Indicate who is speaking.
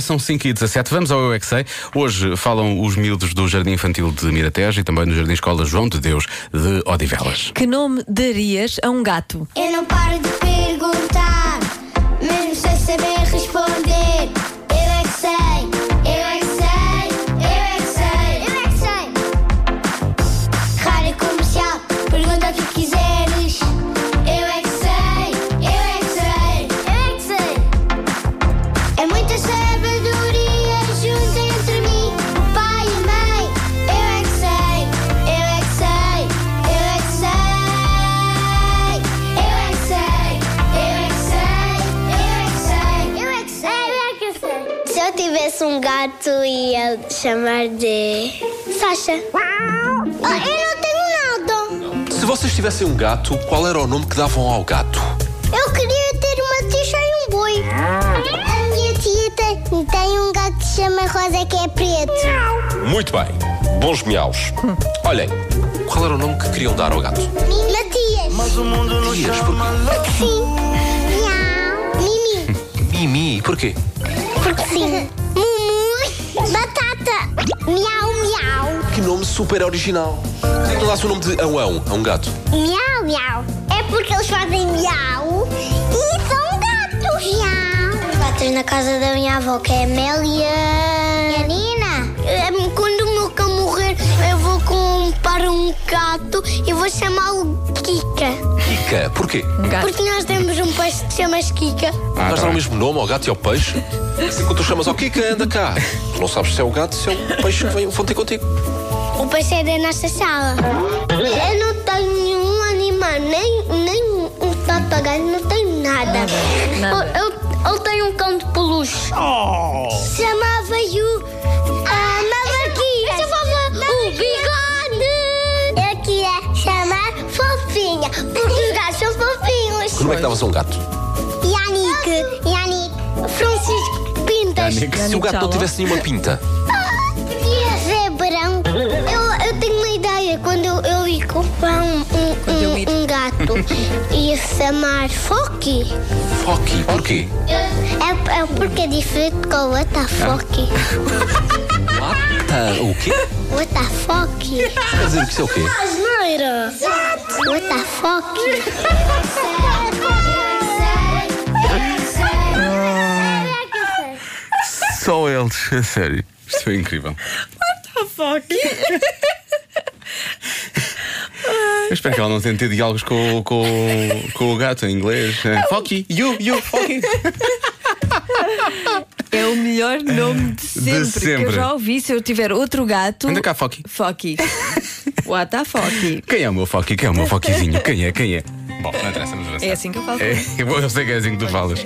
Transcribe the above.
Speaker 1: São 5 e 17 vamos ao Eu é que Sei. Hoje falam os miúdos do Jardim Infantil de Miratejo e também do Jardim Escola João de Deus de Odivelas.
Speaker 2: Que nome darias a um gato?
Speaker 3: Eu não paro de perguntar, mesmo sem saber responder. Eu é que sei, eu é que sei, eu é que sei, eu é que sei. Rádio comercial, pergunta o que quiseres. Eu é que sei, eu é que sei, eu é que sei. É muita sabedoria junta entre mim, o pai e a mãe. Eu é que sei, eu é que sei, eu é que sei. Eu é que sei, eu é que sei, eu é que sei. Eu é que sei, eu é que sei. Se eu tivesse um gato, ia chamar de Sasha. Oh, eu não tenho nada.
Speaker 4: Se vocês tivessem um gato, qual era o nome que davam ao gato?
Speaker 3: Eu queria ter uma tixa e um boi. A minha tia tem, tem um gato que se chama Rosa que é preto.
Speaker 4: Muito bem. Bons miaus. Olhem, qual era o nome que queriam dar ao gato?
Speaker 3: Matias.
Speaker 4: Dias, porquê?
Speaker 3: Sim. Miau. Mimi.
Speaker 4: Mimi, porquê?
Speaker 3: Porque sim. Mumu. Batata. Miau, miau.
Speaker 4: Que nome super original. Se eu dasse o nome de Ão-Ão a um gato.
Speaker 3: Miau, miau. É porque eles fazem miau e são gatos. Miau. Os gatos na casa da minha avó, que é Amélia. E a Nina. É, Quando o meu cão morrer, eu vou comprar um gato e vou chamá-lo Kika.
Speaker 4: Kika, porquê?
Speaker 2: Um gato.
Speaker 3: Porque nós temos um peixe que se chama Kika.
Speaker 4: Vais dar o mesmo nome ao gato e ao peixe? Assim quando Ah, tá tu chamas ao Kika, anda cá. Tu não sabes se é o gato, se é o peixe que vem vão ter contigo.
Speaker 3: O peixe é da nossa sala. Eu não tenho nenhum animal, nem, nem um papagaio, não tenho nada.
Speaker 2: Nada.
Speaker 3: Eu, eu, eu tenho um cão de peluche. Chamava-lhe o. Ah, Malaquias. Chamava o bigode. Eu queria chamar fofinha, porque os gatos são fofinhos.
Speaker 4: Como é que davas a um gato?
Speaker 3: Yannick, Yannick, Francisco Pintas.
Speaker 4: Se o gato não
Speaker 2: Tchau.
Speaker 4: tivesse nenhuma pinta.
Speaker 3: Podia ser é branco. Eu, eu tenho uma ideia. Quando eu, eu ia comprar um,
Speaker 2: Quando eu ir.
Speaker 3: um, um, um gato, ia chamar Foki.
Speaker 4: Foki, porquê?
Speaker 3: É, é porque é diferente com o Atafoki.
Speaker 4: Lata, Tá, o quê?
Speaker 3: O Atafoki.
Speaker 4: Quer dizer, que isso é o quê?
Speaker 3: Asneira. Exato. O Atafoki. Ah.
Speaker 1: Só eles, a sério. Isto é incrível. Eu espero que ela não tenha tido diálogos com, com, com o gato em inglês. Focky, you, you, Focky.
Speaker 2: É o melhor nome de sempre, que eu
Speaker 1: sempre.
Speaker 2: já ouvi. Se eu tiver outro gato.
Speaker 1: Anda cá, Focky.
Speaker 2: Foki. What a Foki.
Speaker 1: Quem é o meu Focky? Quem é o meu Fockyzinho? Quem é? Quem é? Bom, não interessa, não interessa.
Speaker 2: É assim que eu falo.
Speaker 1: É, eu sei que é assim que tu falas.